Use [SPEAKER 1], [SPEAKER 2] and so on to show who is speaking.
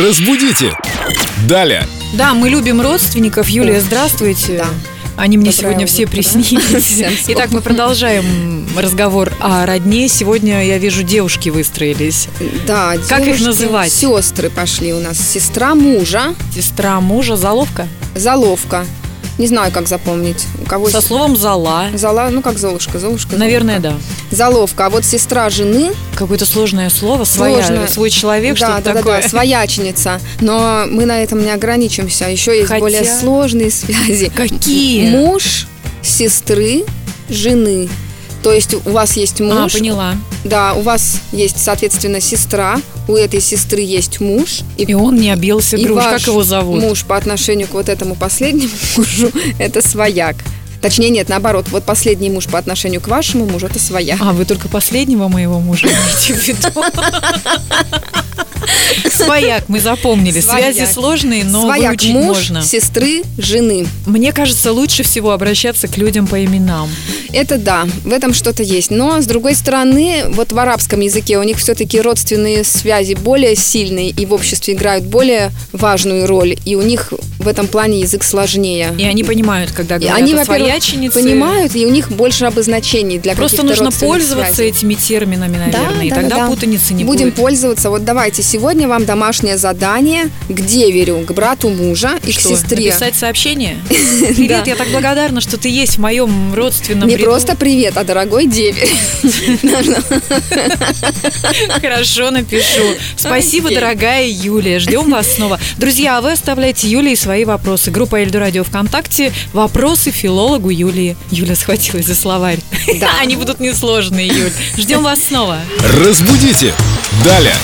[SPEAKER 1] Разбудите! Далее!
[SPEAKER 2] Да, мы любим родственников. Юлия, здравствуйте.
[SPEAKER 3] да.
[SPEAKER 2] Они мне
[SPEAKER 3] Доброе
[SPEAKER 2] сегодня
[SPEAKER 3] утро,
[SPEAKER 2] все
[SPEAKER 3] да?
[SPEAKER 2] приснились.
[SPEAKER 3] Всем всего.
[SPEAKER 2] Итак, мы продолжаем разговор о родне. Сегодня, я вижу, девушки выстроились.
[SPEAKER 3] Да,
[SPEAKER 2] Как их называть?
[SPEAKER 3] Сестры пошли у нас. Сестра мужа,
[SPEAKER 2] Сестра мужа, заловка.
[SPEAKER 3] заловка. Не знаю, как запомнить. У кого
[SPEAKER 2] Со
[SPEAKER 3] с-
[SPEAKER 2] словом зала.
[SPEAKER 3] Зала, ну как Золушка, Золушка. Золушка.
[SPEAKER 2] Наверное, да.
[SPEAKER 3] Заловка. А вот сестра жены,
[SPEAKER 2] Какое-то сложное слово, своя,
[SPEAKER 3] Сложное.
[SPEAKER 2] свой человек,
[SPEAKER 3] да,
[SPEAKER 2] что-то
[SPEAKER 3] да, да,
[SPEAKER 2] такое.
[SPEAKER 3] да, свояченица. Но мы на этом не ограничимся. Еще есть
[SPEAKER 2] Хотя-
[SPEAKER 3] более сложные связи.
[SPEAKER 2] Какие?
[SPEAKER 3] Муж, сестры, жены. То есть у вас есть
[SPEAKER 2] А,
[SPEAKER 3] муж,
[SPEAKER 2] поняла.
[SPEAKER 3] да, у вас есть, соответственно, сестра, у этой сестры есть муж,
[SPEAKER 2] И он не объелся
[SPEAKER 3] И
[SPEAKER 2] груш.
[SPEAKER 3] ваш
[SPEAKER 2] Как его зовут?
[SPEAKER 3] муж по отношению к вот этому последнему мужу – это свояк. Точнее, нет, наоборот, вот последний муж по отношению к вашему мужу – это свояк.
[SPEAKER 2] А, вы только последнего моего мужа имеете в виду? Свояк, мы запомнили.
[SPEAKER 3] Свояк.
[SPEAKER 2] Связи сложные, но
[SPEAKER 3] свояк
[SPEAKER 2] выучить
[SPEAKER 3] муж,
[SPEAKER 2] А, можно.
[SPEAKER 3] сестры, жены.
[SPEAKER 2] Мне кажется, лучше всего обращаться к людям по именам.
[SPEAKER 3] Это да, в этом что-то есть. Но, с другой стороны, вот в арабском языке у них все-таки родственные связи более сильные и в обществе играют более важную роль. И у них в этом плане язык сложнее.
[SPEAKER 2] И они понимают, когда
[SPEAKER 3] И
[SPEAKER 2] говорят
[SPEAKER 3] они,
[SPEAKER 2] о
[SPEAKER 3] во-первых,
[SPEAKER 2] свояченице.
[SPEAKER 3] Понимают, и у них больше обозначений для
[SPEAKER 2] Просто
[SPEAKER 3] каких-то
[SPEAKER 2] нужно
[SPEAKER 3] родственных
[SPEAKER 2] пользоваться
[SPEAKER 3] связей.
[SPEAKER 2] этими терминами, наверное, и
[SPEAKER 3] да,
[SPEAKER 2] тогда
[SPEAKER 3] да.
[SPEAKER 2] путаницы не
[SPEAKER 3] Будем
[SPEAKER 2] будет.
[SPEAKER 3] пользоваться. Вот давайте сегодня вам домашнее задание к деверю, к брату мужа и
[SPEAKER 2] Что,
[SPEAKER 3] к сестре.
[SPEAKER 2] Написать сообщение? Привет, я так благодарна, что ты есть в моем родственном
[SPEAKER 3] Не
[SPEAKER 2] ряду.
[SPEAKER 3] просто привет, а дорогой деверь.
[SPEAKER 2] Хорошо, напишу. Спасибо,
[SPEAKER 3] Окей.
[SPEAKER 2] дорогая Юлия. Ждем вас снова. Друзья, а вы оставляйте Юлии свои вопросы. Группа Эльду Радио ВКонтакте. Вопросы филологу Юлии. Юля схватилась за словарь.
[SPEAKER 3] Да.
[SPEAKER 2] Они будут несложные, Юль. Ждем вас снова.
[SPEAKER 1] Разбудите! Далее!